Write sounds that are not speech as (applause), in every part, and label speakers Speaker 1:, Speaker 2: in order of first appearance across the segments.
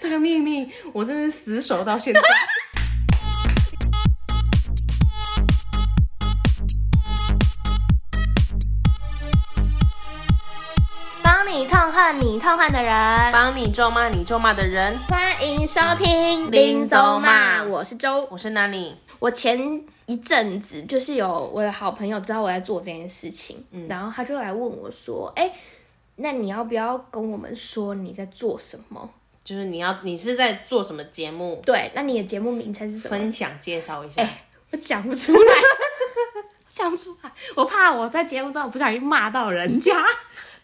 Speaker 1: 这个秘密我真是死守到现在。
Speaker 2: 帮你痛恨你痛恨的人，
Speaker 1: (laughs) 帮你咒骂你咒骂的人，
Speaker 2: 欢迎收听
Speaker 1: 林州骂
Speaker 2: 我是周。
Speaker 1: 我是 Nani。
Speaker 2: 我前一阵子就是有我的好朋友知道我在做这件事情，然后他就来问我说：“哎、那你要不要跟我们说你在做什么？
Speaker 1: 就是你要你是在做什么节目？
Speaker 2: 对，那你的节目名称是什么？”哎
Speaker 1: 分享介绍一下。
Speaker 2: 我讲不出来， (laughs) 讲不出来，我怕我在节目中不小心骂到人 (laughs) 家。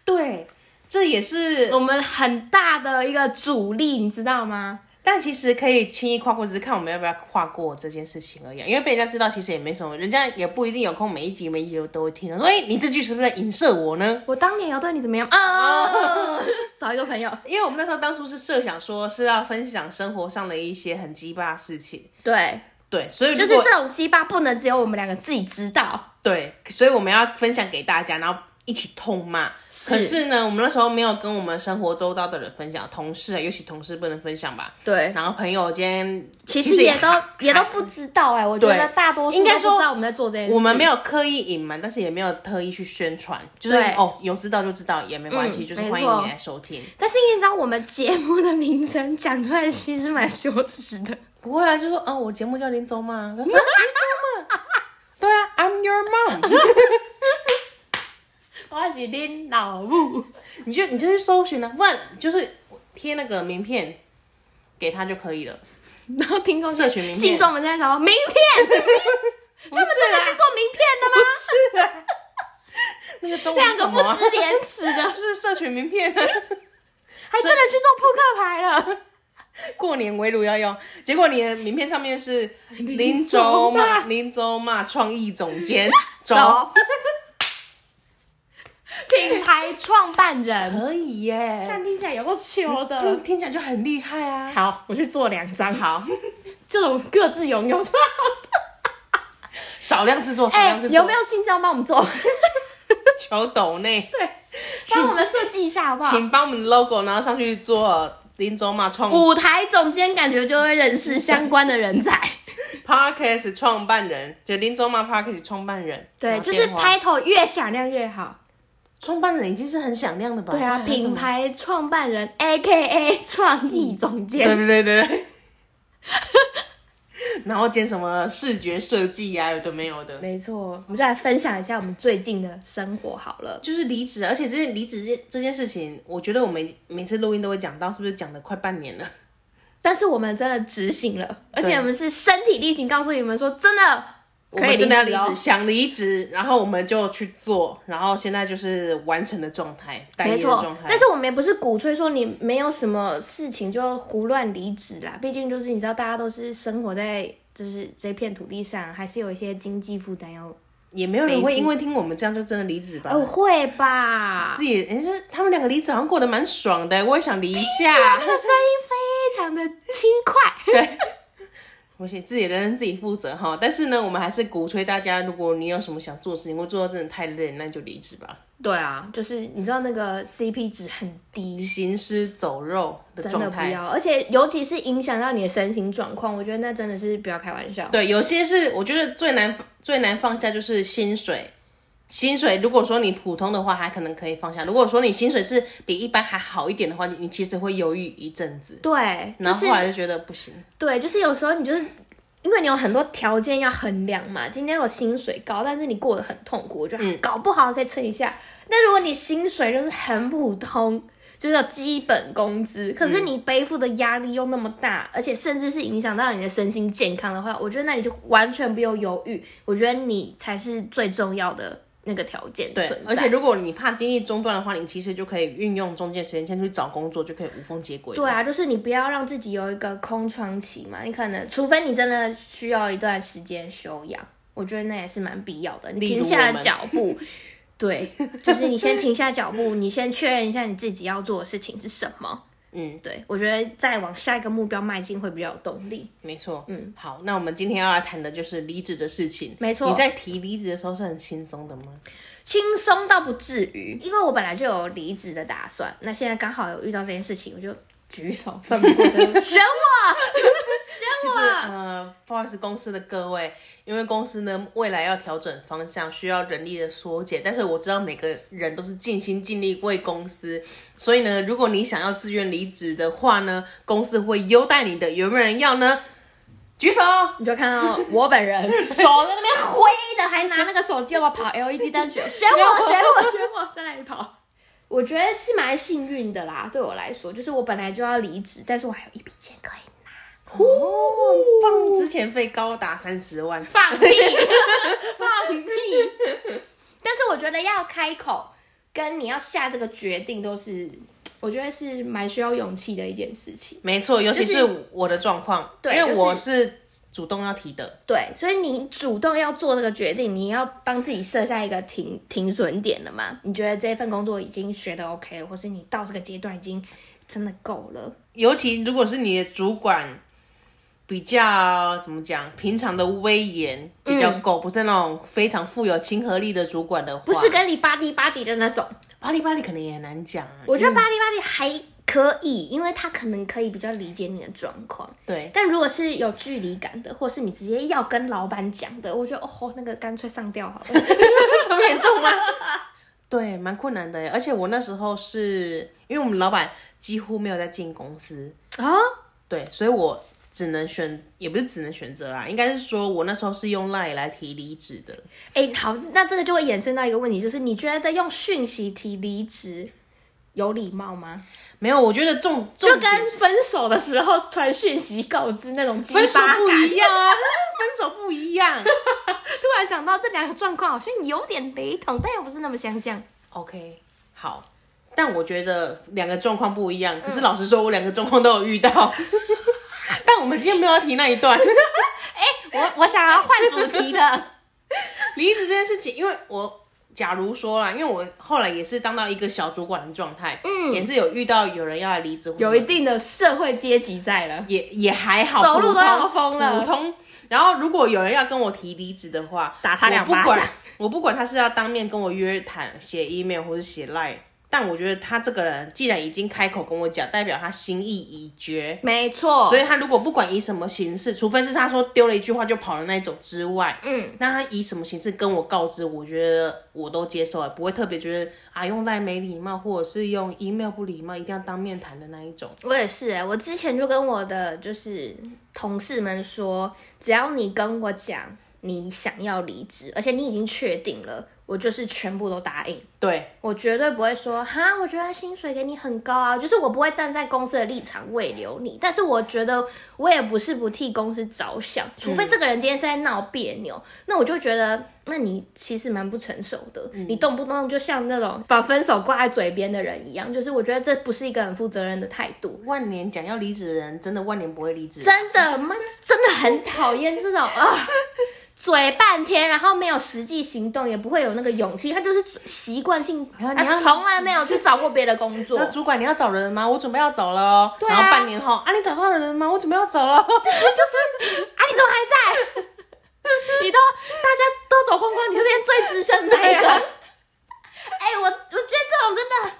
Speaker 1: 对，这也是，
Speaker 2: 我们很大的一个阻力，你知道吗？
Speaker 1: 但其实可以轻易跨过，只是看我们要不要跨过这件事情而已。因为被人家知道，其实也没什么，人家也不一定有空，每一集每一集都都会听。说，哎、你这句是不是在影射我呢？
Speaker 2: 我当年有对你怎么样啊？ (laughs) 少一个朋友。
Speaker 1: 因为我们那时候当初是设想说是要分享生活上的一些很鸡巴的事情，
Speaker 2: 对，
Speaker 1: 对，所以
Speaker 2: 就
Speaker 1: 如
Speaker 2: 是
Speaker 1: 果
Speaker 2: 这种鸡巴不能只有我们两个自己知道。
Speaker 1: 对，所以我们要分享给大家，然后一起痛骂。
Speaker 2: 是
Speaker 1: 可是呢，我们那时候没有跟我们生活周遭的人分享，同事啊，尤其同事不能分享吧。
Speaker 2: 对，
Speaker 1: 然后朋友间
Speaker 2: 其实也都
Speaker 1: 还
Speaker 2: 也都不知道哎、我觉得
Speaker 1: 对
Speaker 2: 大多数
Speaker 1: 应该
Speaker 2: 都不
Speaker 1: 说
Speaker 2: 知道我们在做这件事。
Speaker 1: 我们没有刻意隐瞒，但是也没有特意去宣传，就是
Speaker 2: 对
Speaker 1: 哦，有知道就知道也没关系，
Speaker 2: 嗯
Speaker 1: 就是
Speaker 2: 没
Speaker 1: 欢迎
Speaker 2: 错
Speaker 1: 你来收听。
Speaker 2: 但是因为你知道我们节目的名称讲出来其实蛮羞耻
Speaker 1: (laughs)
Speaker 2: 的。
Speaker 1: 不会啊，就说哦，我节目叫林州嘛，林州嘛， (laughs) 对啊，I'm your mom， (laughs)
Speaker 2: 我是恁老母，
Speaker 1: 你就你就去搜寻啊，不然就是贴那个名片给他就可以了。
Speaker 2: 然后听众
Speaker 1: 社群名片
Speaker 2: 信众们在想说
Speaker 1: (laughs)
Speaker 2: 名片，
Speaker 1: 不啊
Speaker 2: 他们真的去做名片的
Speaker 1: (laughs)
Speaker 2: 吗？
Speaker 1: 是啊， (laughs) 那个中文
Speaker 2: 两
Speaker 1: 是
Speaker 2: 个
Speaker 1: 什么
Speaker 2: 不
Speaker 1: 啊？
Speaker 2: (laughs) 知廉耻的，
Speaker 1: 就是社群名片，
Speaker 2: 还真的去做扑克牌了。
Speaker 1: (laughs) 过年围炉要用。结果你的名片上面是林州嘛，林州嘛，创意总监周，
Speaker 2: 走， (laughs) 品牌创办人，
Speaker 1: 可以
Speaker 2: 这
Speaker 1: 耶，
Speaker 2: 样听起来有够糗的
Speaker 1: 听。听起来就很厉害啊。
Speaker 2: 好，我去做两张，
Speaker 1: 好，
Speaker 2: 这种各自拥 (laughs) 有就好。
Speaker 1: 少量制作，少
Speaker 2: 哎、
Speaker 1: 量制作，
Speaker 2: 有没有信众帮我们 (laughs) 做？
Speaker 1: 求抖内，
Speaker 2: 对，帮我们设计一下好不好？
Speaker 1: 请帮我们 logo，然后上去做林州嘛创
Speaker 2: 舞台总监感觉就会认识相关的人才。
Speaker 1: podcast 创办人，就林州嘛 podcast 创办人，然
Speaker 2: 对，
Speaker 1: 后
Speaker 2: 就是
Speaker 1: 电话
Speaker 2: title 越响亮越好。
Speaker 1: 创办人已经是很响亮的吧？
Speaker 2: 对啊，
Speaker 1: 还有什么
Speaker 2: 品牌创办人 A K A (laughs) 创意总
Speaker 1: 对
Speaker 2: 监，
Speaker 1: 对对对 (laughs) 对。然后兼什么视觉设计呀、有的没有的，
Speaker 2: 没错。我们就来分享一下我们最近的生活好了。
Speaker 1: 就是离职，而且这件离职这这件事情，我觉得我们每次录音都会讲到，是不是讲了快半年了？
Speaker 2: 但是我们真的执行了，而且
Speaker 1: 对
Speaker 2: 我们是身体力行告诉你们说，真的
Speaker 1: 我
Speaker 2: (laughs) 可以
Speaker 1: 们真的要离
Speaker 2: 离职哦
Speaker 1: 职，想离职，然后我们就去做，然后现在就是完成的状态，待业
Speaker 2: 没
Speaker 1: 的
Speaker 2: 错
Speaker 1: 状，态。
Speaker 2: 但是我们也不是鼓吹说你没有什么事情就胡乱离职啦，毕竟就是你知道，大家都是生活在就是这片土地上，还是有一些经济负担要。
Speaker 1: 也没有人会因为听我们这样就真的离职吧？
Speaker 2: 哦，会吧？
Speaker 1: 自己，人家他们两个离职好像过得蛮爽的，我也想离一下
Speaker 2: 这。个声音非常的轻快。
Speaker 1: (laughs) 对，啊我写自己的人自己负责哈。但是呢，我们还是鼓吹大家，如果你有什么想做的事情，或做到真的太累，那就离职吧。
Speaker 2: 对啊，就是你知道那个 CP 值很低，
Speaker 1: 嗯行尸走肉的
Speaker 2: 真的
Speaker 1: 状
Speaker 2: 不
Speaker 1: 态。
Speaker 2: 要，而且尤其是影响到你的身心状况，我觉得那真的是不要开玩笑。
Speaker 1: 对，有些是我觉得最难最难放下就是薪水。薪水，如果说你普通的话，还可能可以放下；如果说你薪水是比一般还好一点的话，你你其实会犹豫一阵子，
Speaker 2: 对，就
Speaker 1: 然后
Speaker 2: 是
Speaker 1: 后来就觉得不行。
Speaker 2: 对，就是有时候你就是因为你有很多条件要衡量嘛。今天我薪水高，但是你过得很痛苦，我觉
Speaker 1: 嗯
Speaker 2: 得搞不好可以撑一下。那如果你薪水就是很普通，就是有基本工资，可
Speaker 1: 嗯
Speaker 2: 是你背负的压力又那么大，而且甚至是影响到你的身心健康的话，我觉得那你就完全不用犹豫。我觉得你才是最重要的那个条件
Speaker 1: 对
Speaker 2: 存，在。
Speaker 1: 而且如果你怕经济中断的话，你其实就可以运用中间时间先去找工作，就可以无缝接轨。
Speaker 2: 对啊，就是你不要让自己有一个空窗期嘛，你可能除非你真的需要一段时间休养，我觉得那也是蛮必要的。你
Speaker 1: 例如
Speaker 2: 停下
Speaker 1: 我
Speaker 2: 了
Speaker 1: 们
Speaker 2: 脚步，
Speaker 1: (laughs)
Speaker 2: 对，就是你先停下脚步，你先确认一下你自己要做的事情是什么。
Speaker 1: 嗯，
Speaker 2: 对，我觉得再往下一个目标迈进会比较有动力。
Speaker 1: 没错，嗯，好，那我们今天要来谈的就是离职的事情。
Speaker 2: 没错
Speaker 1: 你在提离职的时候是很轻松的吗？
Speaker 2: 轻松到不至于，因为我本来就有离职的打算，那现在刚好有遇到这件事情，我就举手奋不顾身 (laughs) 选我，
Speaker 1: 就是
Speaker 2: 选我。
Speaker 1: 呃，不好意思，公司的各位，因为公司呢未来要调整方向，需要人力的缩减，但是我知道每个人都是尽心尽力为公司，所以呢，如果你想要自愿离职的话呢，公司会优待你的，有没有人要呢？举手。
Speaker 2: 你就看到我本人手在那边挥的，还拿那个手机要我跑 E LED 灯选，选我，选我，选我，在那里跑。我觉得是蛮幸运的啦，对我来说，就是我本来就要离职，但是我还有一笔钱可以
Speaker 1: 哦，
Speaker 2: 拿。
Speaker 1: 棒！之前费高达三十万，
Speaker 2: 放屁，放屁。但是我觉得要开口跟你要下这个决定，都是我觉得是蛮需要勇气的一件事情。
Speaker 1: 没错，尤其
Speaker 2: 就是
Speaker 1: 是我的状况，
Speaker 2: 对
Speaker 1: 因为
Speaker 2: 就是
Speaker 1: 我是主动要提的，
Speaker 2: 对，所以你主动要做这个决定，你要帮自己设下一个停停损点了嘛？你觉得这份工作已经学的 OK 了，或是你到这个阶段已经真的够了？
Speaker 1: 尤其如果是你的主管比较怎么讲，平常的威严比较够，不是那种非常富有亲和力的主管的话，
Speaker 2: 不是跟你巴蒂巴蒂的那种。
Speaker 1: 巴黎巴黎可能也很难讲啊。
Speaker 2: 我觉得巴蒂巴蒂还可以，因为他可能可以比较理解你的状况。
Speaker 1: 对，
Speaker 2: 但如果是有距离感的，或是你直接要跟老板讲的，我觉得哦吼，那个干脆上吊好了。
Speaker 1: 这么严
Speaker 2: 啊
Speaker 1: 重吗？ (laughs) 对，蛮困难的耶。而且我那时候是因为我们老板几乎没有在进公司，
Speaker 2: 啊，
Speaker 1: 对，所以我只能选，也不是只能选择啦，应该是说我那时候是用 LINE 来提离职的。
Speaker 2: 哎、好，那这个就会衍生到一个问题，就是你觉得用讯息提离职有礼貌吗？
Speaker 1: 没有，我觉得重重
Speaker 2: 就
Speaker 1: 点
Speaker 2: 跟分手的时候传讯息告知那种鸡
Speaker 1: 分手
Speaker 2: 巴
Speaker 1: 不
Speaker 2: 感，
Speaker 1: 一样
Speaker 2: (laughs)
Speaker 1: 啊，分手不一样。
Speaker 2: 突然想到这两个状况好像有点雷同，但又不是那么相像。
Speaker 1: OK，好，嗯但我觉得两个状况不一样。可是老实说，我两个状况都有遇 (laughs) 到。但我们今天没有要提那一段
Speaker 2: 我我想要换主题了，
Speaker 1: 离职这件事情，因为我假如说啦，因为我后来也是当到一个小主管的状态，嗯，也是有遇到有人要来离职，
Speaker 2: (laughs) 有一定的社会阶级在了。
Speaker 1: 也也还好，
Speaker 2: 走路
Speaker 1: 普
Speaker 2: 都
Speaker 1: 通
Speaker 2: 要疯了
Speaker 1: 普通。然后如果有人要跟我提离职的话，
Speaker 2: 打他两巴
Speaker 1: 我
Speaker 2: 掌
Speaker 1: 不管，我不管他是要当面跟我约谈、写 email 或者写 line，但我觉得他这个人既然已经开口跟我讲，代表他心意已决。
Speaker 2: 没错，
Speaker 1: 所以他如果不管以什么形式，除非是他说丢了一句话就跑的那种之外，
Speaker 2: 嗯，
Speaker 1: 那他以什么形式跟我告知，我觉得我都接受，不会特别觉得啊用 line 没礼貌，或者是用 email 不礼貌，一定要当面谈的那一种。
Speaker 2: 我也是哎、我之前就跟我的就是同事们说，只要你跟我讲你想要离职，而且你已经确定了，我就是全部都答应，
Speaker 1: 对，
Speaker 2: 我绝对不会说哈，我觉得薪水给你很高啊，就是我不会站在公司的立场为留你，但是我觉得我也不是不替公司着想，除非这个人今天是在闹别扭，那我就觉得那你其实蛮不成熟的，你动不动就像那种把分手挂在嘴边的人一样，就是我觉得这不是一个很负责任的态度。
Speaker 1: 万年讲要离职的人，真的万年不会离职。
Speaker 2: 真的妈，真的
Speaker 1: (laughs)
Speaker 2: 很讨厌这种啊，嘴半天，然后没有实际行动，也不会有那个勇气，他就是习惯性，
Speaker 1: 然后
Speaker 2: 他
Speaker 1: 你要
Speaker 2: 从来没有去找过别的工作
Speaker 1: (laughs) 那，主管，你要找人吗？我准备要走了哦。
Speaker 2: 对啊
Speaker 1: 然后半年后啊，你找到人了吗？我准备要走了。
Speaker 2: 就是啊，你怎么还在？你都大家都走光光，你这边最资深的那一个，
Speaker 1: 对啊
Speaker 2: 哎、我我觉得这种真的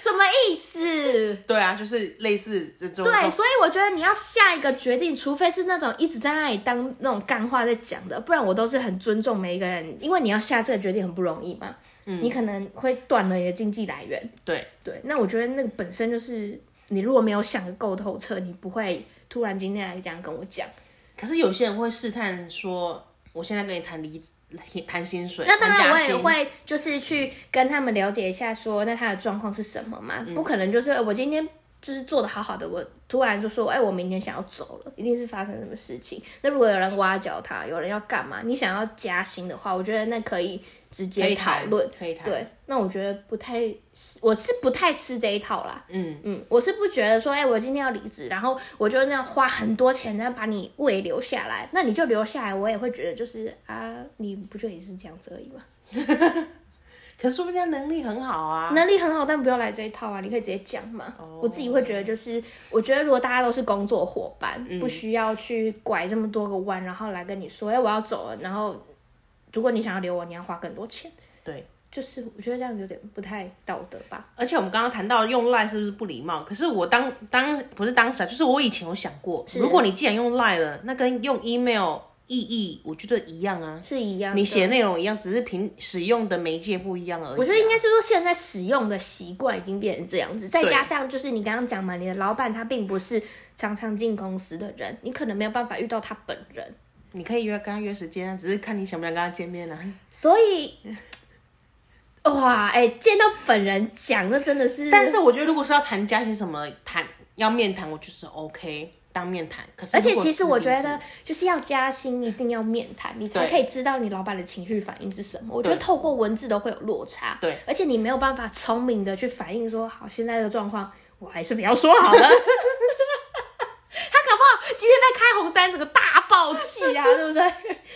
Speaker 2: 什么意思？
Speaker 1: (laughs) 对啊，就是类似这种。
Speaker 2: 对，所以我觉得你要下一个决定，除非是那种一直在那里当那种干话在讲的，不然我都是很尊重每一个人，因为你要下这个决定很不容易嘛。你可能会断了你的经济来源。
Speaker 1: 对
Speaker 2: 对，那我觉得那个本身就是你如果没有想的够透彻，你不会突然今天来这样跟我讲。
Speaker 1: 可是有些人会试探说，我现在跟你谈离谈薪水，
Speaker 2: 那当
Speaker 1: 谈
Speaker 2: 然，
Speaker 1: 加
Speaker 2: 我也
Speaker 1: 薪。
Speaker 2: 会就是去跟他们了解一下说，那他的状况是什么嘛？
Speaker 1: 嗯
Speaker 2: 不可能就是呃我今天就是做的好好的，我突然就说，哎、我明天想要走了，一定是发生什么事情。那如果有人挖角他，有人要干嘛，你想要加薪的话，我觉得那可以
Speaker 1: 可
Speaker 2: 直
Speaker 1: 以
Speaker 2: 接讨
Speaker 1: 谈
Speaker 2: 论。
Speaker 1: 可以谈。
Speaker 2: 对，那我觉得不太，我是不太吃这一套啦。
Speaker 1: 嗯，
Speaker 2: 嗯，我是不觉得说，哎、我今天要离职，然后我就那样花很多钱，然后把你胃留下来，那你就留下来，我也会觉得就是啊，你不就也是这样子而已吗？
Speaker 1: 可是说不定他能力很好啊。哦
Speaker 2: 能力很好，但不要来这一套啊！你可以直接讲嘛。我自己会觉得，就是我觉得如果大家都是工作伙伴，
Speaker 1: 嗯
Speaker 2: 不需要去拐这么多个弯，然后来跟你说，哎、我要走了，然后如果你想要留我，你要花更多钱。
Speaker 1: 对，
Speaker 2: 就是我觉得这样有点不太道德吧。
Speaker 1: 而且我们刚刚谈到用 Line 是不是不礼貌？可是我当当不是当时啊，就是我以前有想过，如果你既然用 Line 了，那跟用 email 意义我觉得一样啊，
Speaker 2: 是一样的。
Speaker 1: 你写的内容一样，只是平使用的媒介不一样而已啊、
Speaker 2: 我觉得应该是说现在使用的习惯已经变成这样子，再
Speaker 1: 对
Speaker 2: 加上就是你刚刚讲嘛，你的老板他并不是常常进公司的人，你可能没有办法遇到他本人，
Speaker 1: 你可以约跟他约时间啊，只是看你想不想跟他见面啊。
Speaker 2: 所以哇，哎、见到本人讲，那真的是，
Speaker 1: 但是我觉得如果是要谈家庭什么谈要面谈，我就是 OK 当面谈。可是
Speaker 2: 而
Speaker 1: 如果
Speaker 2: 且其实我
Speaker 1: 是
Speaker 2: 觉
Speaker 1: 离职
Speaker 2: 得，就是要加薪，一定要面谈，你才
Speaker 1: 对
Speaker 2: 可以知道你老板的情绪反应是什么。我觉得
Speaker 1: 对
Speaker 2: 透过文字都会有落差，
Speaker 1: 对，
Speaker 2: 而且你没有办法聪明的去反映说，好，现在的状况，我还是不要说好了。他 (laughs) 搞不好今天被开红单，整个大爆气啊，对不对？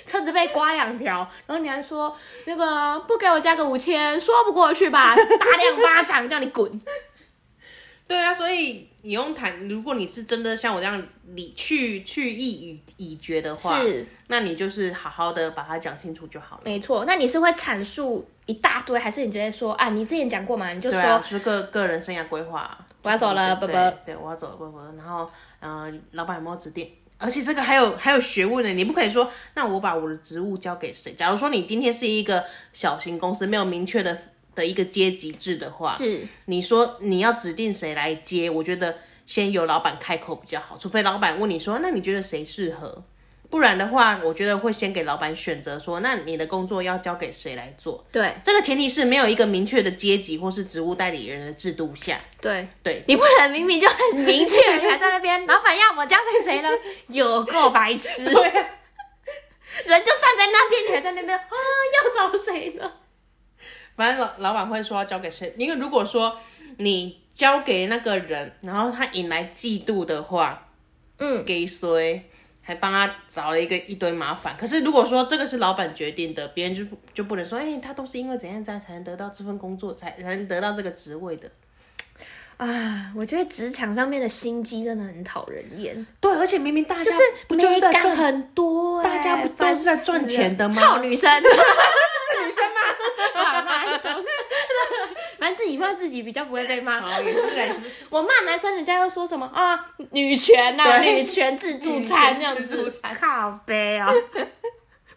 Speaker 2: 车子被刮两条，然后你还说那个不给我加个五千，说不过去吧？打两巴掌叫你滚。 (laughs)
Speaker 1: 对啊，所以你用谈，如果你是真的像我这样理去去意已已决的话，
Speaker 2: 是，
Speaker 1: 那你就是好好的把它讲清楚就好了。
Speaker 2: 没错，那你是会阐述一大堆，还是你直接说啊？你之前讲过嘛？你就
Speaker 1: 对
Speaker 2: 说、
Speaker 1: 啊，就是个个人生涯规划。
Speaker 2: 我要走了
Speaker 1: 就是
Speaker 2: 拜
Speaker 1: 对
Speaker 2: 拜
Speaker 1: 对，我要走了，拜拜。然后，嗯、老板有没有指定？而且这个还有还有学问呢，你不可以说，那我把我的职务交给谁？假如说你今天是一个小型公司，没有明确的的一个阶级制的话，
Speaker 2: 是
Speaker 1: 你说你要指定谁来接，我觉得先由老板开口比较好，除非老板问你说，那你觉得谁适合？不然的话，我觉得会先给老板选择说，那你的工作要交给谁来做。
Speaker 2: 对
Speaker 1: 这个前提是没有一个明确的阶级或是职务代理人的制度下，
Speaker 2: 对
Speaker 1: 对
Speaker 2: 你不能明明就很明确，你还在那边，老板要我交给谁呢？有够白痴，人就
Speaker 1: 对啊
Speaker 2: 站在那边，你还在那边啊，要找谁呢？
Speaker 1: 反正老老板会说要交给谁，因为如果说你交给那个人，然后他引来嫉妒的话，
Speaker 2: 嗯，
Speaker 1: 给谁还帮他找了一个一堆麻烦。可是如果说这个是老板决定的，别人就不就不能说，哎、他都是因为怎样怎样才能得到这份工作，才才能得到这个职位的。
Speaker 2: 啊，我觉得职场上面的心机真的很讨人厌，
Speaker 1: 对，而且明明大家不就是
Speaker 2: 美
Speaker 1: 在
Speaker 2: 感
Speaker 1: 赚，
Speaker 2: 很多、欸，
Speaker 1: 大家不都是在赚钱的吗
Speaker 2: 烦死了臭女生。
Speaker 1: 是女生吗？
Speaker 2: 骂骂懂，反正自己骂自己比较不会被骂。
Speaker 1: 好，也是啊，也是。
Speaker 2: 我骂男生，人家又说什么啊？女权呐、
Speaker 1: 对
Speaker 2: 女权自助餐这样
Speaker 1: 女权自助
Speaker 2: 子，
Speaker 1: 餐
Speaker 2: 靠背啊！ (laughs)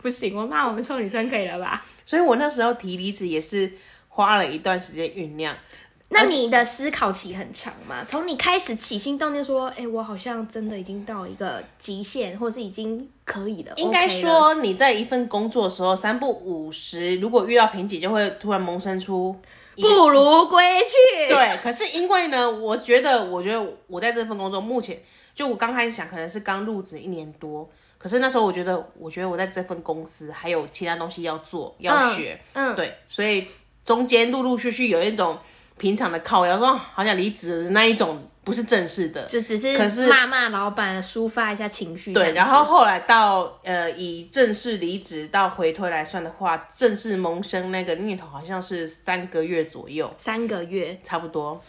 Speaker 2: 不行，我骂我们臭女生可以了吧？
Speaker 1: 所以我那时候提离职也是花了一段时间酝酿。
Speaker 2: 那你的思考期很长嘛？从你开始起心动念说，哎、我好像真的已经到一个极限，或是已经可以了，
Speaker 1: 应该
Speaker 2: OK 了
Speaker 1: 说你在一份工作的时候，三不五十，如果遇到瓶颈，就会突然萌生出一个
Speaker 2: 不如归去。
Speaker 1: 对，可是因为呢，我觉得，我觉得我在这份工作目前，就我刚开始想，可能是刚入职一年多，可是那时候我觉得，我觉得我在这份公司还有其他东西要做，要学，
Speaker 2: 嗯嗯
Speaker 1: 对，所以中间陆陆续续有一种平常的靠腰，说哦好想离职的那一种，不是正式的，
Speaker 2: 就只
Speaker 1: 可
Speaker 2: 是
Speaker 1: 是
Speaker 2: 骂骂老板，抒发一下情绪这样
Speaker 1: 对，
Speaker 2: 子。
Speaker 1: 然后后来到呃，以正式离职到回推来算的话，正式萌生那个念头好像是三个月左右，
Speaker 2: 三个月，
Speaker 1: 差不多。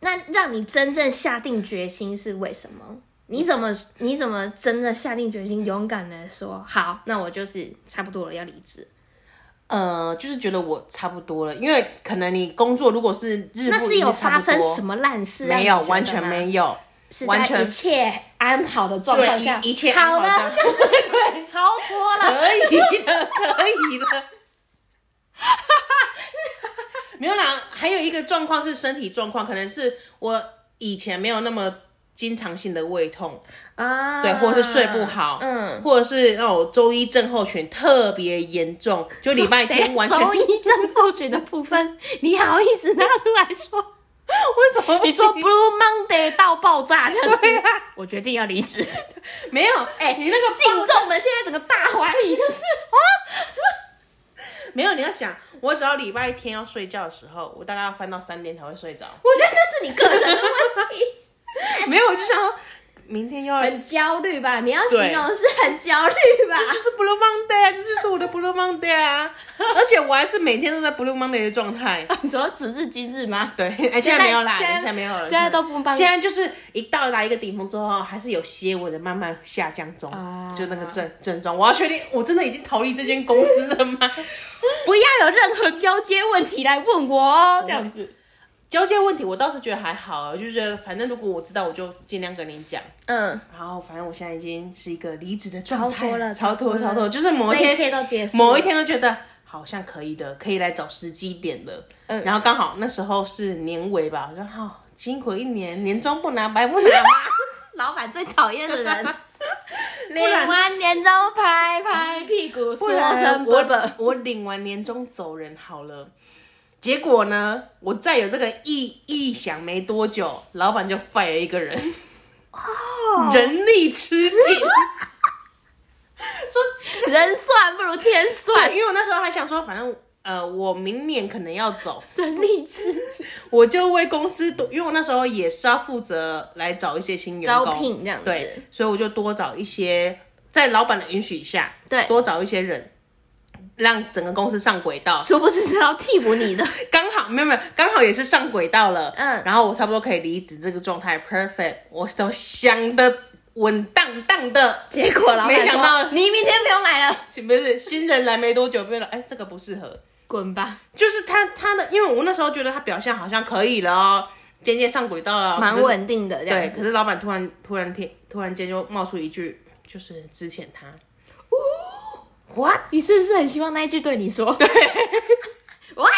Speaker 2: 那让你真正下定决心是为什么？你怎么你怎么真的下定决心，勇敢的说好，那我就是差不多了，要离职？
Speaker 1: 呃，就是觉得我差不多了，因为可能你工作如果是日
Speaker 2: 那
Speaker 1: 复
Speaker 2: 是
Speaker 1: 一
Speaker 2: 有
Speaker 1: 日差
Speaker 2: 发
Speaker 1: 不
Speaker 2: 生
Speaker 1: 多
Speaker 2: 什，么烂事？啊
Speaker 1: 没有，完全没
Speaker 2: 有，
Speaker 1: 有，
Speaker 2: 是
Speaker 1: 完
Speaker 2: 在
Speaker 1: 全
Speaker 2: 一切安好的状况下，
Speaker 1: 对一一切安
Speaker 2: 好
Speaker 1: 好
Speaker 2: 了，
Speaker 1: 的
Speaker 2: 这样子超脱
Speaker 1: (laughs)
Speaker 2: 了。
Speaker 1: 可以的，可以的。 (laughs) 没有啦，还有一个状况是身体状况，可能是我以前没有那么经常性的胃痛，
Speaker 2: 啊，
Speaker 1: 呃对，或者是睡不好，
Speaker 2: 嗯，
Speaker 1: 或者是那种周一症候群特别严重，就礼拜
Speaker 2: 等一下
Speaker 1: 天完全
Speaker 2: 周
Speaker 1: 为
Speaker 2: 一症候群的部分，你好意思拿出来
Speaker 1: (laughs)
Speaker 2: 说？
Speaker 1: 什么不
Speaker 2: 你说
Speaker 1: 行
Speaker 2: Blue Monday 到爆炸这样子
Speaker 1: 对啊，
Speaker 2: 我决定要离职。
Speaker 1: 没有？
Speaker 2: 哎、
Speaker 1: 你那个
Speaker 2: 信
Speaker 1: 包
Speaker 2: 众们现在整个大怀疑，就是
Speaker 1: (laughs)
Speaker 2: 啊，
Speaker 1: 没有？你要想，我只要礼拜天要睡觉的时候，我大概要翻到三点才会睡着。 (laughs)
Speaker 2: 我觉得那是你个人的问题。
Speaker 1: 没有，我就想说，明天要
Speaker 2: 很焦虑吧？你要
Speaker 1: 对
Speaker 2: 形容是很焦虑吧？
Speaker 1: 就是 Blue Monday，啊这就是我的 Blue Monday 啊！而且我还是每天都在 Blue Monday 的状态。
Speaker 2: 你说直至今日吗？
Speaker 1: 对，哎、现在没有啦，
Speaker 2: 现
Speaker 1: 现
Speaker 2: 在
Speaker 1: 在没有了，
Speaker 2: 现在都不帮
Speaker 1: 现在就是一到达一个顶峰之后，还是有些微的慢慢下降中，
Speaker 2: 啊
Speaker 1: 就那个症症状。我要确定，我真的已经逃离这间公司了吗？
Speaker 2: 不要有任何交接问题来问我哦， (laughs)
Speaker 1: 嗯
Speaker 2: 这样子。
Speaker 1: 交接问题我倒是觉得还好，我就觉得反正如果我知道，我就尽量跟你讲。
Speaker 2: 嗯，
Speaker 1: 然后反正我现在已经是一个离职的状态，
Speaker 2: 超脱了
Speaker 1: 超脱，
Speaker 2: 超脱了
Speaker 1: 超脱，就是某一
Speaker 2: 这一
Speaker 1: 天
Speaker 2: 切都结束了。
Speaker 1: 某一天都觉得好像可以的，可以来找时机点了。
Speaker 2: 嗯
Speaker 1: 然后刚好那时候是年尾吧，我说好、辛苦一年，年终不拿白不拿嘛。
Speaker 2: 老板最讨厌
Speaker 1: (laughs)
Speaker 2: 的人，领完年终拍拍屁股，
Speaker 1: 不
Speaker 2: 说
Speaker 1: 然
Speaker 2: 声伯
Speaker 1: 我
Speaker 2: 伯。
Speaker 1: 我领完年终走人好了。结果呢，我再有这个意意想没多久，老板就 fire 一个人，人力吃紧。
Speaker 2: 人算不如天算，
Speaker 1: 因为我那时候还想说，反正呃，我明年可能要走，
Speaker 2: 人力吃紧，
Speaker 1: 我就为公司多，因为我那时候也是要负责来找一些新员工
Speaker 2: 招聘这样子
Speaker 1: 对，所以我就多找一些，在老板的允许下，
Speaker 2: 对
Speaker 1: 多找一些人，让整个公司上轨道。
Speaker 2: 殊不知是要替补你的。
Speaker 1: 刚好没有没有，刚好也是上轨道了，
Speaker 2: 嗯
Speaker 1: 然后我差不多可以离职，这个状态 perfect，我都想的稳当当的，
Speaker 2: 结果老板
Speaker 1: 没想到
Speaker 2: 说你明天不用来了，
Speaker 1: 是不是？新人来没多久，变了，哎，这个不适合，
Speaker 2: 滚吧！
Speaker 1: 就是他他的，因为我那时候觉得他表现好像可以了哦，渐渐上轨道了，
Speaker 2: 蛮
Speaker 1: 可是
Speaker 2: 稳定的这
Speaker 1: 对，
Speaker 2: 样
Speaker 1: 可
Speaker 2: 子。
Speaker 1: 是老板突然突然天突然间就冒出一句，就是之前他，what？
Speaker 2: 你是不是很希望那一句对你说？对 (laughs) ，what？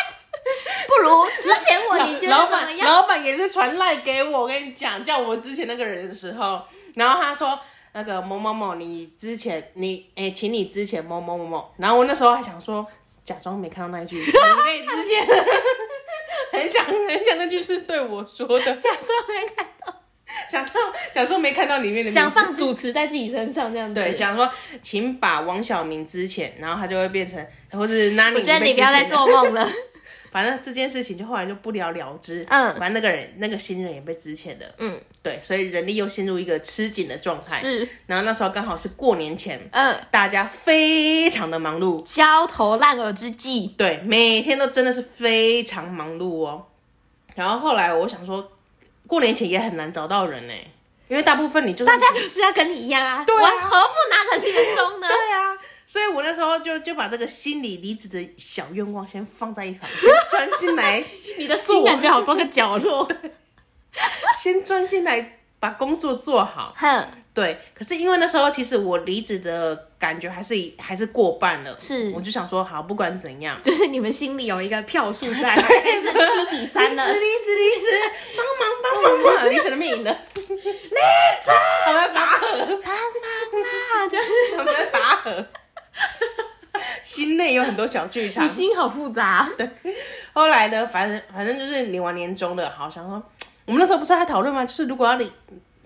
Speaker 2: 不如之前我 (laughs) 你觉
Speaker 1: 老
Speaker 2: 得怎么
Speaker 1: 板
Speaker 2: 样？
Speaker 1: 老板也是传赖给我，我跟你讲，叫我之前那个人的时候，然后他说那个某某某，你之前你哎、请你之前某某某某，然后我那时候还想说假装没看到那一句， (laughs) 你被之前很想很想那句是对我说的，
Speaker 2: 假装没看到，
Speaker 1: 想到想说没看到里面的名字
Speaker 2: (laughs) 想放主持在自己身上这样子。
Speaker 1: 对，想说请把王小明之前，然后他就会变成，或是那你
Speaker 2: 我觉得你不要再做梦 (laughs) 了。
Speaker 1: 反正这件事情就后来就不了了之。
Speaker 2: 嗯
Speaker 1: 反正那个人那个新人也被之前的，
Speaker 2: 嗯，
Speaker 1: 对，所以人力又陷入一个吃紧的状态。
Speaker 2: 是，
Speaker 1: 然后那时候刚好是过年前，
Speaker 2: 嗯，
Speaker 1: 大家非常的忙碌，
Speaker 2: 焦头烂额之际，
Speaker 1: 对，每天都真的是非常忙碌哦。然后后来我想说，过年前也很难找到人呢、欸因为大部分你就是
Speaker 2: 大家都是要跟你一样嗯啊，
Speaker 1: 对啊
Speaker 2: 我何不拿个年终呢？
Speaker 1: 对啊，所以我那时候就就把这个心理离职的小愿望先放在一旁，先专心来， (laughs)
Speaker 2: 你的心感觉好多个角落。
Speaker 1: 先专心来把工作做好。
Speaker 2: 哼，
Speaker 1: 对，可是因为那时候其实我离职的感觉还是以还是过半了，
Speaker 2: 是
Speaker 1: 我就想说好，不管怎样，
Speaker 2: (laughs) 就是你们心里有一个票数在， (laughs) 是七比三
Speaker 1: 离
Speaker 2: 了
Speaker 1: 职，。离职，离职，帮忙，帮忙，帮忙，离职的命赢
Speaker 2: (laughs)
Speaker 1: 了，离职，我们拔河，
Speaker 2: 啊，就是 (laughs)
Speaker 1: 我们拔河，心内有很多小剧场
Speaker 2: 你，心好复杂。对，
Speaker 1: 后来呢，反正反正就是领完年终的，好想说，我们那时候不是还讨论吗？就是如果要离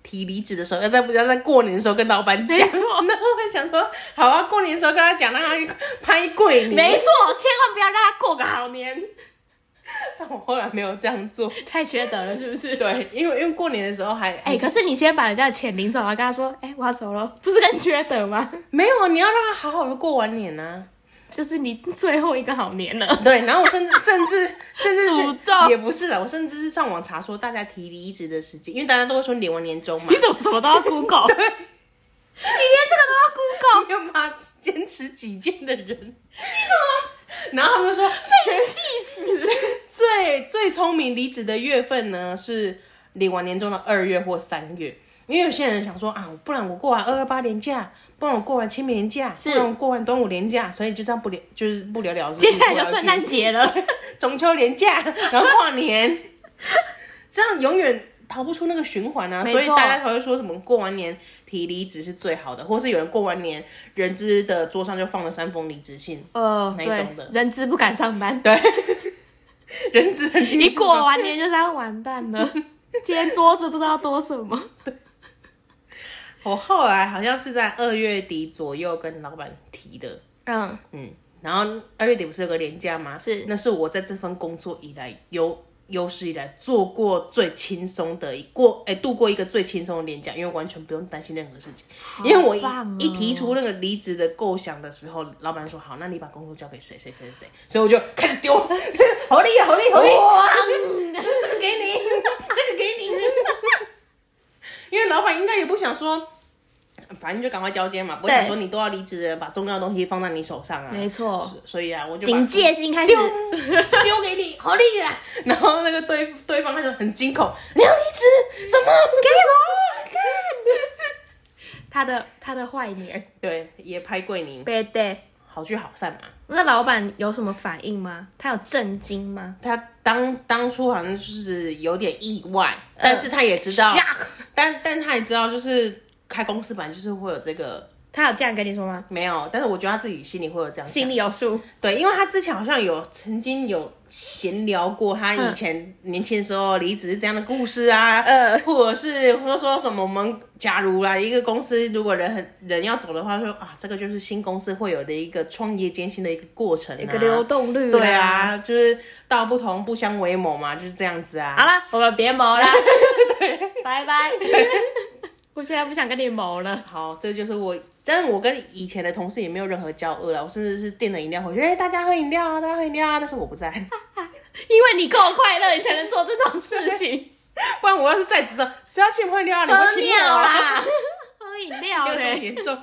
Speaker 1: 提离职的时候，要在要在过年的时候跟老板讲。
Speaker 2: 没错
Speaker 1: 然后我想说，好啊，过年的时候跟他讲，让他去拍桂林。
Speaker 2: 没，错，千万不要让他过个好年，
Speaker 1: 但我后来没有这样做。
Speaker 2: (laughs) 太缺德了，是不是？。
Speaker 1: 对，因为因为过年的时候还
Speaker 2: 哎、
Speaker 1: 还
Speaker 2: 可是你先把人家的钱领走，然后跟他说：“哎、我要走了，不是更缺德吗？
Speaker 1: 没有，啊你要让他好好的过完年啊。
Speaker 2: (laughs) 就是你最后一个好年了。
Speaker 1: 对，然后我甚至甚至甚至去
Speaker 2: 诅咒
Speaker 1: 也不是啦，我甚至是上网查说大家提离职的时间，因为大家都会说领完年终嘛
Speaker 2: (laughs) 你，怎么什么都要 Google？你 (laughs) 连这个都要 Google？
Speaker 1: 没有办法坚持己见的人， (laughs) 你怎么？然后他们就说，全
Speaker 2: (laughs) 气死！
Speaker 1: 最最聪明离职的月份呢是领完年终的二月或三月，因为有些人想说啊，不然我过完二二八年假，不然我过完清明年假，不
Speaker 2: 是
Speaker 1: 然我过完端午年假，所以就这样不了，就是不了了之。
Speaker 2: 接下来就
Speaker 1: 不了了之
Speaker 2: 圣诞、节了，
Speaker 1: 中秋年
Speaker 2: (laughs)
Speaker 1: 假，然后跨年，这样永远。逃不出那个循环啊，
Speaker 2: 没
Speaker 1: 所以
Speaker 2: 错
Speaker 1: 大家才会说什么过完年提离职是最好的，或是有人过完年人资的桌上就放了三封离职信，
Speaker 2: (laughs)
Speaker 1: (laughs)
Speaker 2: 呃，
Speaker 1: 哪一种的
Speaker 2: 对，人资不敢上班，
Speaker 1: 对，人资很
Speaker 2: (laughs) 一
Speaker 1: 经
Speaker 2: 过完年就是要完蛋了。今天桌子不知道多什么，
Speaker 1: 我后来好像是在二月底左右跟老板提的，
Speaker 2: (laughs) 嗯，
Speaker 1: 嗯，然后二月底不是有个年假吗？
Speaker 2: 是
Speaker 1: 那是我在这份工作以来有有史以来做过最轻松的一过，哎、度过一个最轻松的年假，因为完全不用担心任何事情。因为我一、
Speaker 2: 棒哦
Speaker 1: 一提出那个离职的构想的时候，老板说好，那你把工作交给谁谁谁谁谁，所以我就开始丢， (laughs) 好厉害，好厉害，好厉害。
Speaker 2: 哇，
Speaker 1: 这个给你，这个给你。 (laughs) 因为老板应该也不想说，反正就赶快交接嘛，不会
Speaker 2: 对
Speaker 1: 想说你都要离职了，把重要的东西放在你手上啊。
Speaker 2: 没错，
Speaker 1: 所以啊，我就把
Speaker 2: 警戒心开
Speaker 1: (laughs)
Speaker 2: 始，
Speaker 1: 丢给你，好厉害！然后那个对对方他就很惊恐，你要离职什么？给我
Speaker 2: 他的他的坏脸
Speaker 1: (laughs) 对，也拍桂林，
Speaker 2: ，bad day。
Speaker 1: 好聚好散嘛。
Speaker 2: 那老板有什么反应吗？他有震惊吗？
Speaker 1: 他当当初好像就是有点意外，但是他也知道，
Speaker 2: 嗯 Shock
Speaker 1: 但但他也知道，就是开公司本来就是会有这个
Speaker 2: 他有这样跟你说吗？
Speaker 1: 没有，但是我觉得他自己心里会有这样想
Speaker 2: 心里有数。
Speaker 1: 对，因为他之前好像有曾经有闲聊过他
Speaker 2: 嗯
Speaker 1: 以前年轻的时候离职是这样的故事啊，
Speaker 2: 呃
Speaker 1: 或者是或者说什么我们假如啦，一个公司如果人很人要走的话，说啊，这个就是新公司会有的一个创业艰辛的一个过程、啊，
Speaker 2: 一个流动率、
Speaker 1: 对。啊，就是道不同不相为谋嘛，就是这样子啊。
Speaker 2: 好了，我们别谋了，
Speaker 1: (laughs)
Speaker 2: 拜拜。我现在不想跟你谋了。
Speaker 1: 好，这就是我，但是我跟以前的同事也没有任何交恶了，我甚至是订了饮料回去，哎、大家喝饮料啊，大家喝饮料啊，但是我不在。
Speaker 2: 因为你够快乐，你才能做这种事情。
Speaker 1: 不然我要是在职上，谁要请 (laughs) 我喝饮料啊？你不
Speaker 2: 喝
Speaker 1: 请
Speaker 2: 尿
Speaker 1: 我啊？
Speaker 2: 啦，喝饮料
Speaker 1: 没有那么
Speaker 2: 嘞。
Speaker 1: 严重，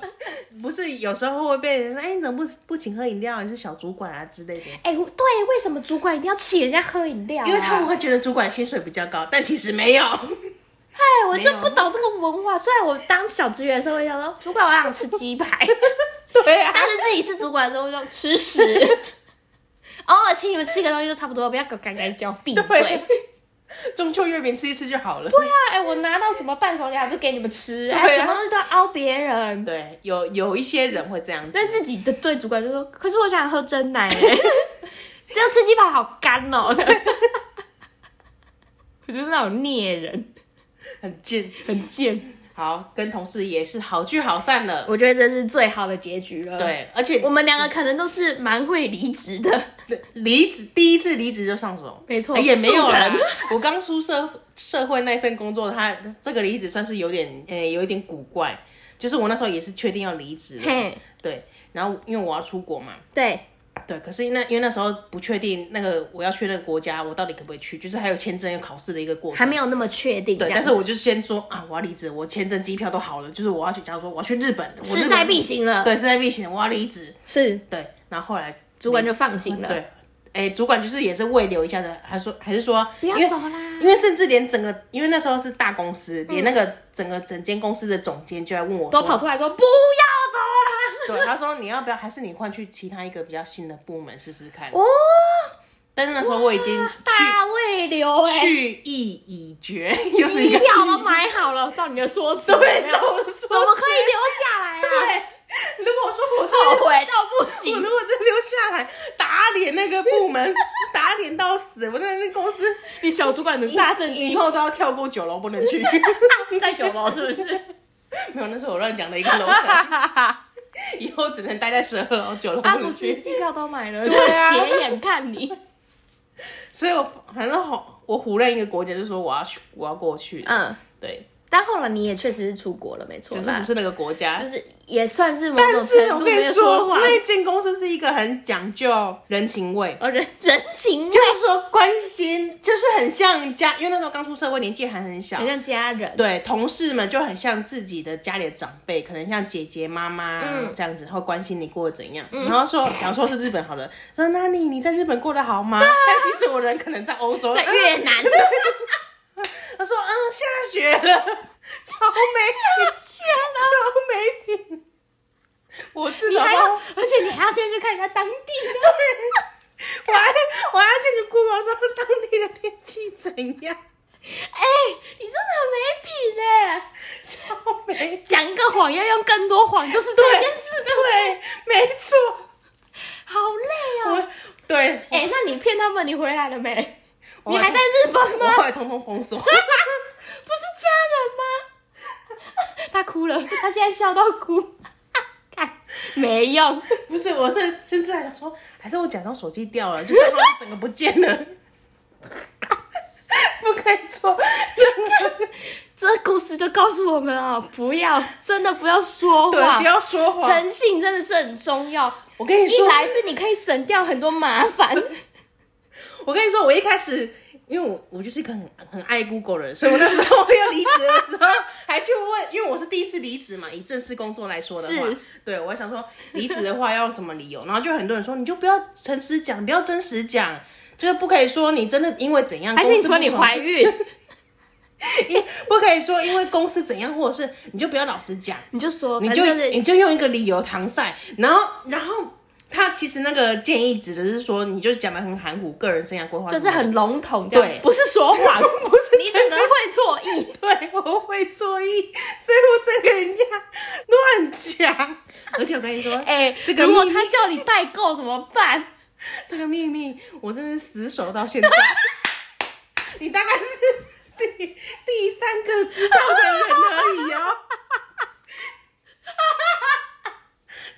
Speaker 1: 不是 (laughs) 有时候会被人说，哎、你怎么不不请喝饮料？你是小主管啊之类的，
Speaker 2: 哎、对，为什么主管一定要请人家喝饮料、啊？
Speaker 1: 因为他们会觉得主管薪水比较高，但其实没有。
Speaker 2: 哎，我就
Speaker 1: 没有
Speaker 2: 不懂这个文化。虽然我当小职员的时候会想说， (laughs) 主管我想吃鸡排， (laughs)
Speaker 1: 对啊，
Speaker 2: 但是自己是主管的时候会说吃屎。 (laughs) 偶尔请你们吃一个东西就差不多，不要给我干干嚼，闭嘴。 (laughs) 对
Speaker 1: 对中秋月饼吃一吃就好了。
Speaker 2: 啊，哎、我拿到什么伴手礼还不给你们吃？哎、
Speaker 1: 对啊
Speaker 2: 什么东西都要凹别人。
Speaker 1: 对，有有一些人会这样子，
Speaker 2: 但自己的对主管就说：“可是我想喝真奶、 (laughs) 欸，只有吃鸡排好干哦、 (laughs) 我就是那种孽人，
Speaker 1: 很贱。
Speaker 2: 很贱。
Speaker 1: 好，跟同事也是好聚好散了。
Speaker 2: 我觉得这是最好的结局了。，
Speaker 1: 对，而且
Speaker 2: 我们两个可能都是蛮会离职的，
Speaker 1: 离职第一次离职就上手，
Speaker 2: 没错
Speaker 1: 哎也没有啦
Speaker 2: 速成。
Speaker 1: (laughs) 我刚出社社会那份工作，他这个离职算是有点，呃、有一点古怪。就是我那时候也是确定要离职了，
Speaker 2: (laughs) 嘿，
Speaker 1: 对，然后因为我要出国嘛，
Speaker 2: 对，
Speaker 1: 对，可是那因为那时候不确定那个我要去那个国家，我到底可不可以去，就是还有签证、有考试的一个过程，
Speaker 2: 还没有那么确定。
Speaker 1: 对，
Speaker 2: 这样
Speaker 1: 但
Speaker 2: 子
Speaker 1: 是我就先说啊，我要离职，我签证、机票都好了，就是我要去，假如说我要去日本，我
Speaker 2: 势
Speaker 1: 日
Speaker 2: 在
Speaker 1: 本
Speaker 2: 必行了。
Speaker 1: 对势在必行，我要离职，
Speaker 2: 是
Speaker 1: 对，然后后来
Speaker 2: 主管就放心了，
Speaker 1: 对，哎、主管就是也是未留一下的，还说还是说
Speaker 2: 不要
Speaker 1: 因为
Speaker 2: 走啦。
Speaker 1: 因为甚至连整个，因为那时候是大公司，连那个整个整间公司的总监就在问我
Speaker 2: 都
Speaker 1: 说，
Speaker 2: 跑出来说不要走啦。
Speaker 1: 对，他说你要不要，还是你换去其他一个比较新的部门试试看。
Speaker 2: 哦，
Speaker 1: 但是那时候我已经去
Speaker 2: 大胃流哎、
Speaker 1: 去意已决，又是一
Speaker 2: 机
Speaker 1: 个
Speaker 2: 票都买好了，照你的说辞，
Speaker 1: 对，
Speaker 2: 怎
Speaker 1: 怎么
Speaker 2: 怎么
Speaker 1: 说？
Speaker 2: 可以留下来啊？
Speaker 1: 对，如果我说我这
Speaker 2: 后悔到不行
Speaker 1: 我如果真留下来，打脸那个部门， (laughs) 打脸到死，我在那公司
Speaker 2: 你小主管能大震
Speaker 1: 以
Speaker 2: 惊，
Speaker 1: 后都要跳过九楼不能去。
Speaker 2: (laughs) 在酒楼是不 (laughs) 是？
Speaker 1: (laughs) 没有，那是我乱讲的一个楼
Speaker 2: (laughs)
Speaker 1: 层，以后只能待在十二楼、九楼
Speaker 2: 阿
Speaker 1: 不
Speaker 2: 啊不
Speaker 1: 能
Speaker 2: 是
Speaker 1: 去。
Speaker 2: 机票都买了，
Speaker 1: 对啊
Speaker 2: 就斜眼看你。
Speaker 1: 所以我反正好，我胡乱一个国家就说我要去，我要过去。
Speaker 2: 嗯，
Speaker 1: 对，
Speaker 2: 但后来你也确实是出国了，没错
Speaker 1: 只是
Speaker 2: 啦
Speaker 1: 不，是那个国家。
Speaker 2: 就是也算是某种
Speaker 1: 但是
Speaker 2: 程
Speaker 1: 我
Speaker 2: 度
Speaker 1: 跟
Speaker 2: 没
Speaker 1: 你
Speaker 2: 有
Speaker 1: 说，
Speaker 2: 谎，
Speaker 1: 那间公司是一个很讲究人情味，
Speaker 2: 而哦人人情
Speaker 1: 就
Speaker 2: 味，
Speaker 1: 是说关心，就是很像家，因为那时候刚出社会，年纪还很小
Speaker 2: 很，像家人。
Speaker 1: 对同事们就很像自己的家里的长辈，可能像姐姐、妈妈、
Speaker 2: 嗯
Speaker 1: 这样子，会关心你过得怎样。然后说，假如说是日本好了，说那你你在日本过得好吗？但其实我人可能在欧洲，嗯
Speaker 2: 啊在越南
Speaker 1: 他说嗯下雪了， (laughs) 超没
Speaker 2: 去了，
Speaker 1: 超没品。我至
Speaker 2: (laughs) 你
Speaker 1: 少
Speaker 2: 还要，
Speaker 1: (laughs) 我
Speaker 2: 而且你还要先去看一下当地的。
Speaker 1: 还我还要先去 Google 说当地的天气怎样，
Speaker 2: 哎、你真的很没品哎、
Speaker 1: 超没
Speaker 2: 讲一个谎要用更多谎，就是
Speaker 1: 对
Speaker 2: 这件事，
Speaker 1: 对，没错，
Speaker 2: 好累哦、
Speaker 1: 我对
Speaker 2: 哎、那你骗他们，你回来了没？
Speaker 1: 我
Speaker 2: 你还在日本
Speaker 1: 我
Speaker 2: 吗？
Speaker 1: 后来通通封锁。
Speaker 2: (laughs) 不是家人吗？他哭了，他现在笑到哭。 (laughs) 看，没用，
Speaker 1: 不是，我是 (laughs) 甚至还想说，还是我假装手机掉了，就这样整个不见了。在做，
Speaker 2: 这故事就告诉我们啊，不要真的不要说
Speaker 1: 对，
Speaker 2: 谎
Speaker 1: 不，要说谎。
Speaker 2: 诚信真的是很重要。
Speaker 1: 我跟你
Speaker 2: 一
Speaker 1: 说，
Speaker 2: 来是你可以省掉很多麻
Speaker 1: (laughs)
Speaker 2: 烦，
Speaker 1: 我跟你说，我一开始。因为我我就是一个很很爱 Google 的人，所以我那时候要离职的时候，还去问，因为我是第一次离职嘛，以正式工作来说的话
Speaker 2: 是，
Speaker 1: 对我还想说离职的话要什么理由，然后就很多人说你就不要诚实讲，不要真实讲，就是不可以说你真的因为怎样，
Speaker 2: 还是
Speaker 1: 公
Speaker 2: 你
Speaker 1: 司不
Speaker 2: 说你
Speaker 1: 爽
Speaker 2: 怀孕，
Speaker 1: (laughs) 不可以说因为公司怎样，或者是你就不要老实讲，
Speaker 2: 你就说，
Speaker 1: 你
Speaker 2: 哦反
Speaker 1: 就
Speaker 2: 正就是
Speaker 1: 你就用一个理由搪塞，然后然后他其实那个建议指的是说，你就讲的很含糊，个人生涯规划
Speaker 2: 就是
Speaker 1: 什么的
Speaker 2: 很笼统，这
Speaker 1: 对
Speaker 2: 样不是说
Speaker 1: (laughs)
Speaker 2: 谎，
Speaker 1: 不是
Speaker 2: 你
Speaker 1: 真的
Speaker 2: 整个会
Speaker 1: (laughs)
Speaker 2: 错意。
Speaker 1: 对，我会错意，所以我整个人家乱讲，
Speaker 2: (laughs)
Speaker 1: 而且我跟你 (laughs) 说，
Speaker 2: 哎、
Speaker 1: 这个
Speaker 2: 如果
Speaker 1: 秘密
Speaker 2: 他叫你代购怎么办？
Speaker 1: 这个秘密我真是死守到现在，你大概是第第三个知道的人而已哦。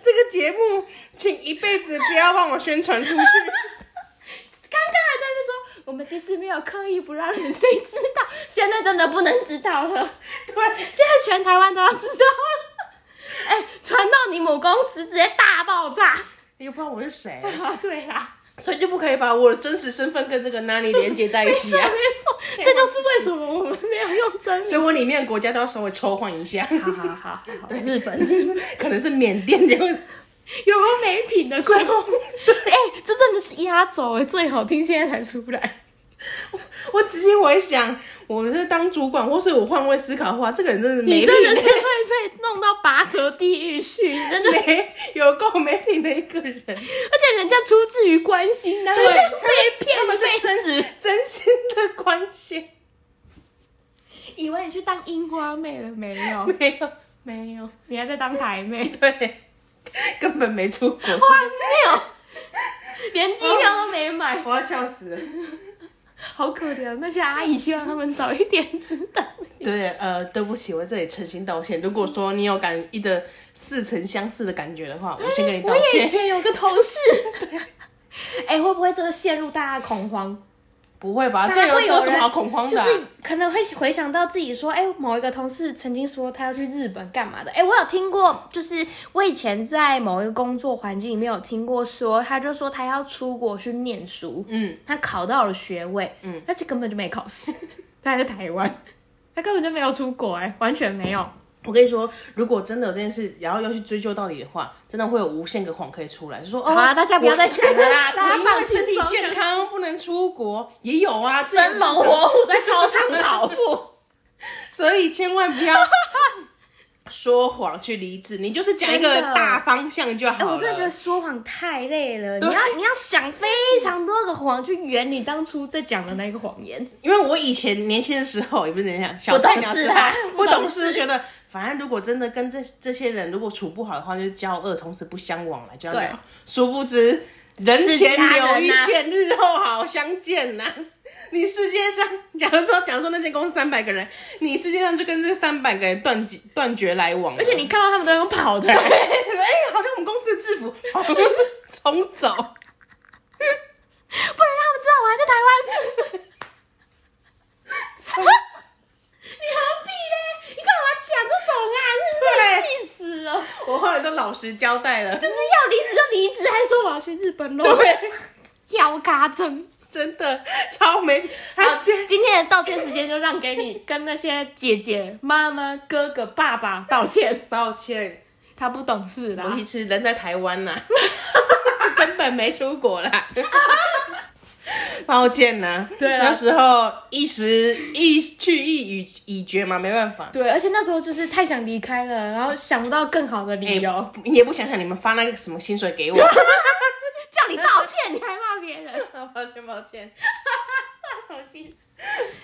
Speaker 1: 这个节目，请一辈子不要帮我宣传出去。
Speaker 2: 刚刚还在那边说，我们就是没有刻意不让人谁知道，现在真的不能知道了， (laughs)
Speaker 1: 对，
Speaker 2: 现在全台湾都要知道了。 (laughs) 哎、传到你母公司直接大爆炸
Speaker 1: 又不知道我是谁，
Speaker 2: 啊！对啦，
Speaker 1: 所以就不可以把我的真实身份跟这个 Nani 连接在一起
Speaker 2: 没
Speaker 1: 啊。
Speaker 2: 错，这就是为什么我们没有用真
Speaker 1: (laughs) 所以我里面的国家都要稍微抽换一下，
Speaker 2: 好好好好，日本是
Speaker 1: (laughs) 可能是缅甸结果
Speaker 2: 有没有美品的关
Speaker 1: (laughs)
Speaker 2: 系？哎、这真的是压轴哎，最好听现在才出来。
Speaker 1: (laughs) 我仔细回想，我是当主管，或是我换位思考的话，这个人真的 (laughs) 没
Speaker 2: 你
Speaker 1: 品，
Speaker 2: 真的是会被弄到拔舌地狱去，真的。
Speaker 1: 没有够没品的一个人。对，
Speaker 2: 而且人家出自于关心，然后这样被骗
Speaker 1: 他们是
Speaker 2: 被
Speaker 1: 真
Speaker 2: 死，
Speaker 1: 真心的关心，
Speaker 2: 以为你去当樱花妹了没 (laughs) 有？
Speaker 1: 没有
Speaker 2: 没有，你还在当台妹，
Speaker 1: 对，根本没出国。
Speaker 2: 哇，没有， (laughs) 连机票都没买，
Speaker 1: 我要笑死了。
Speaker 2: 好可怜。那些阿姨希望他们早一点知道。
Speaker 1: 对，呃，对不起，我这里诚心道歉。如果说你有感一个似曾相识的感觉的话，我先跟你道
Speaker 2: 我也以
Speaker 1: 歉。
Speaker 2: 前有个同 (laughs) 事，哎、会不会这个陷入大家恐慌？
Speaker 1: 不会吧？这
Speaker 2: 大家
Speaker 1: 有这
Speaker 2: 会
Speaker 1: 有
Speaker 2: 有
Speaker 1: 什么
Speaker 2: 人
Speaker 1: 好恐慌
Speaker 2: 就
Speaker 1: 的啊、
Speaker 2: 是可能会回想到自己说，哎、某一个同事曾经说他要去日本干嘛的。哎、我有听过，就是我以前在某一个工作环境里面有听过说，他就说他要出国去念书，
Speaker 1: 嗯，
Speaker 2: 他考到了学位，嗯，但是根本就没考试，他还在台湾，他根本就没有出国、哎，完全没有。
Speaker 1: 我跟你说，如果真的有这件事，然后要去追究到底的话，真的会有无限个谎可以出来，就说哦，啊
Speaker 2: 好啦大家不要再想了啦大家
Speaker 1: 我因为
Speaker 2: 放轻
Speaker 1: 身体
Speaker 2: 松
Speaker 1: 健
Speaker 2: 就
Speaker 1: 康不能出国，也有啊，
Speaker 2: 生龙活虎在操场跑
Speaker 1: (laughs)
Speaker 2: 步。
Speaker 1: 所以千万
Speaker 2: (laughs)
Speaker 1: 不要说谎去离职，你就是讲一个
Speaker 2: 真的
Speaker 1: 大方向就
Speaker 2: 哎、
Speaker 1: 好了。
Speaker 2: 我真的觉得说谎太累了，你要你要想非常多个谎去圆你当初在讲的那个谎言。
Speaker 1: 因为我以前年轻的时候，也不是年轻，小
Speaker 2: 不懂
Speaker 1: 菜鸟
Speaker 2: 事
Speaker 1: 时候
Speaker 2: 啊 (laughs)
Speaker 1: 不
Speaker 2: 不
Speaker 1: 懂
Speaker 2: 懂
Speaker 1: 事，觉得反正如果真的跟这这些人如果处不好的话，就交恶，从此不相往来，就要
Speaker 2: 对
Speaker 1: 聊。殊不知，人前
Speaker 2: 是家人
Speaker 1: 留
Speaker 2: 啊
Speaker 1: 一线，日后好相见呐、 (laughs) 你世界上，假如说，假如说那间公司三百个人，你世界上就跟这三百个人断绝断绝来往了。
Speaker 2: 而且你看到他们都用跑
Speaker 1: (laughs)
Speaker 2: 的，
Speaker 1: 哎、好像我们公司的制服， (laughs) 重走。
Speaker 2: 不能让他们知道我还在台湾。 (laughs) 你何必嘞？你干嘛抢这种啊？真是气死了！
Speaker 1: 我后来都老实交代了，(laughs)
Speaker 2: (laughs) 就是要离职就离职，还说我要去日本喽，
Speaker 1: 对，
Speaker 2: 要嘎真。
Speaker 1: 真的超没。
Speaker 2: 好
Speaker 1: 他居然，
Speaker 2: 今天的道歉时间就让给你，跟那些姐姐、妈妈、哥哥、爸爸道歉，啊
Speaker 1: 抱歉，
Speaker 2: 他不懂事啦
Speaker 1: 我。其实人在台湾啦， (laughs) 根本没出国啦。 (laughs) 抱歉呐，
Speaker 2: 对啊啦
Speaker 1: 那时候一时一去意已已决嘛，没办法。
Speaker 2: 对，而且那时候就是太想离开了，然后想不到更好的理由，
Speaker 1: 不也不想想你们发那个什么薪水给我。
Speaker 2: 叫你道歉，你还骂别人，
Speaker 1: 抱歉抱歉，
Speaker 2: 骂什么 (laughs) 心？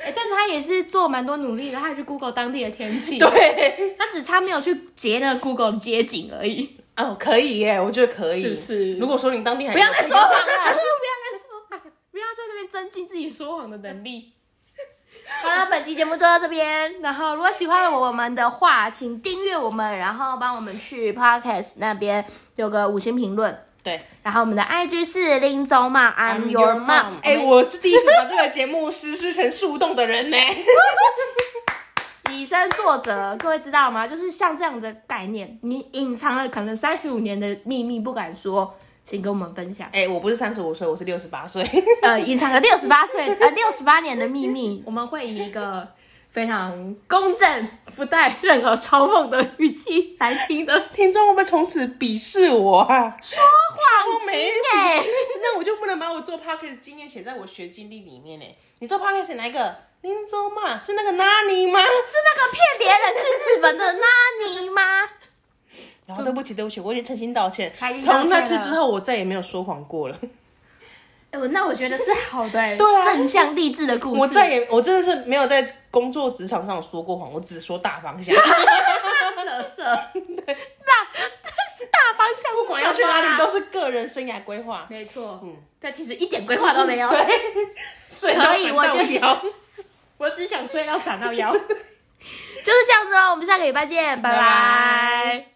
Speaker 2: 哎、但是他也是做蛮多努力的，他还去 Google 当地的天气，
Speaker 1: 对，
Speaker 2: 他只差没有去截那个 Google 的街景而已。
Speaker 1: 哦，可以耶，我觉得可以。
Speaker 2: 是不是
Speaker 1: 如果说你当地还
Speaker 2: 不要再说谎 (laughs) 了，不要再说谎了，不要在那边增进自己说谎的能力。好了，本期节目就到这边。然后，如果喜欢我们的话，请订阅我们，然后帮我们去 Podcast 那边有个五星评论。
Speaker 1: 对，
Speaker 2: 然后我们的 IG 是林总嘛 I'm your mom，
Speaker 1: 哎、我是第一个把这个节目实施成树洞的人呢、
Speaker 2: 以身作则，各位知道吗？就是像这样的概念，你隐藏了可能三十五年的秘密不敢说，请跟我们分享。
Speaker 1: 哎、我不是三十五岁，我是六十八岁。
Speaker 2: 呃，隐藏了六十八岁呃六十八年的秘密，我们会以一个非常公正、不带任何嘲讽的语气来听的。
Speaker 1: 听众会不会从此鄙视我 (laughs) 啊？
Speaker 2: 黄
Speaker 1: 没
Speaker 2: 金哎、
Speaker 1: 那我就不能把我做 podcast 经验写在我学经历里面呢、你做 podcast 哪一个？林州嘛，是那个 Nani 吗？
Speaker 2: 是那个骗别人去日本的纳尼吗？
Speaker 1: 然后对不起，对不起，我已经诚心道歉。啊
Speaker 2: 他已经道
Speaker 1: 从
Speaker 2: 歉
Speaker 1: 那
Speaker 2: 了
Speaker 1: 次之后，我再也没有说谎过了。
Speaker 2: 哎、我那我觉得是好的、 (laughs) 哎
Speaker 1: 对啊
Speaker 2: 正向励志的故事。
Speaker 1: 我再也，我真的是没有在工作职场上说过谎，我只说大方向。 (laughs)
Speaker 2: 乐色，大大方向
Speaker 1: 不管要去哪里，都是个人生涯规划，
Speaker 2: 没错。嗯，但其实一点规划都没有，
Speaker 1: 睡到
Speaker 2: 可以
Speaker 1: 睡
Speaker 2: 我
Speaker 1: 到
Speaker 2: 觉得
Speaker 1: 腰。
Speaker 2: 我只想睡到闪到腰。就是这样子哦，我们下个礼拜见，拜
Speaker 1: 拜
Speaker 2: 拜
Speaker 1: 拜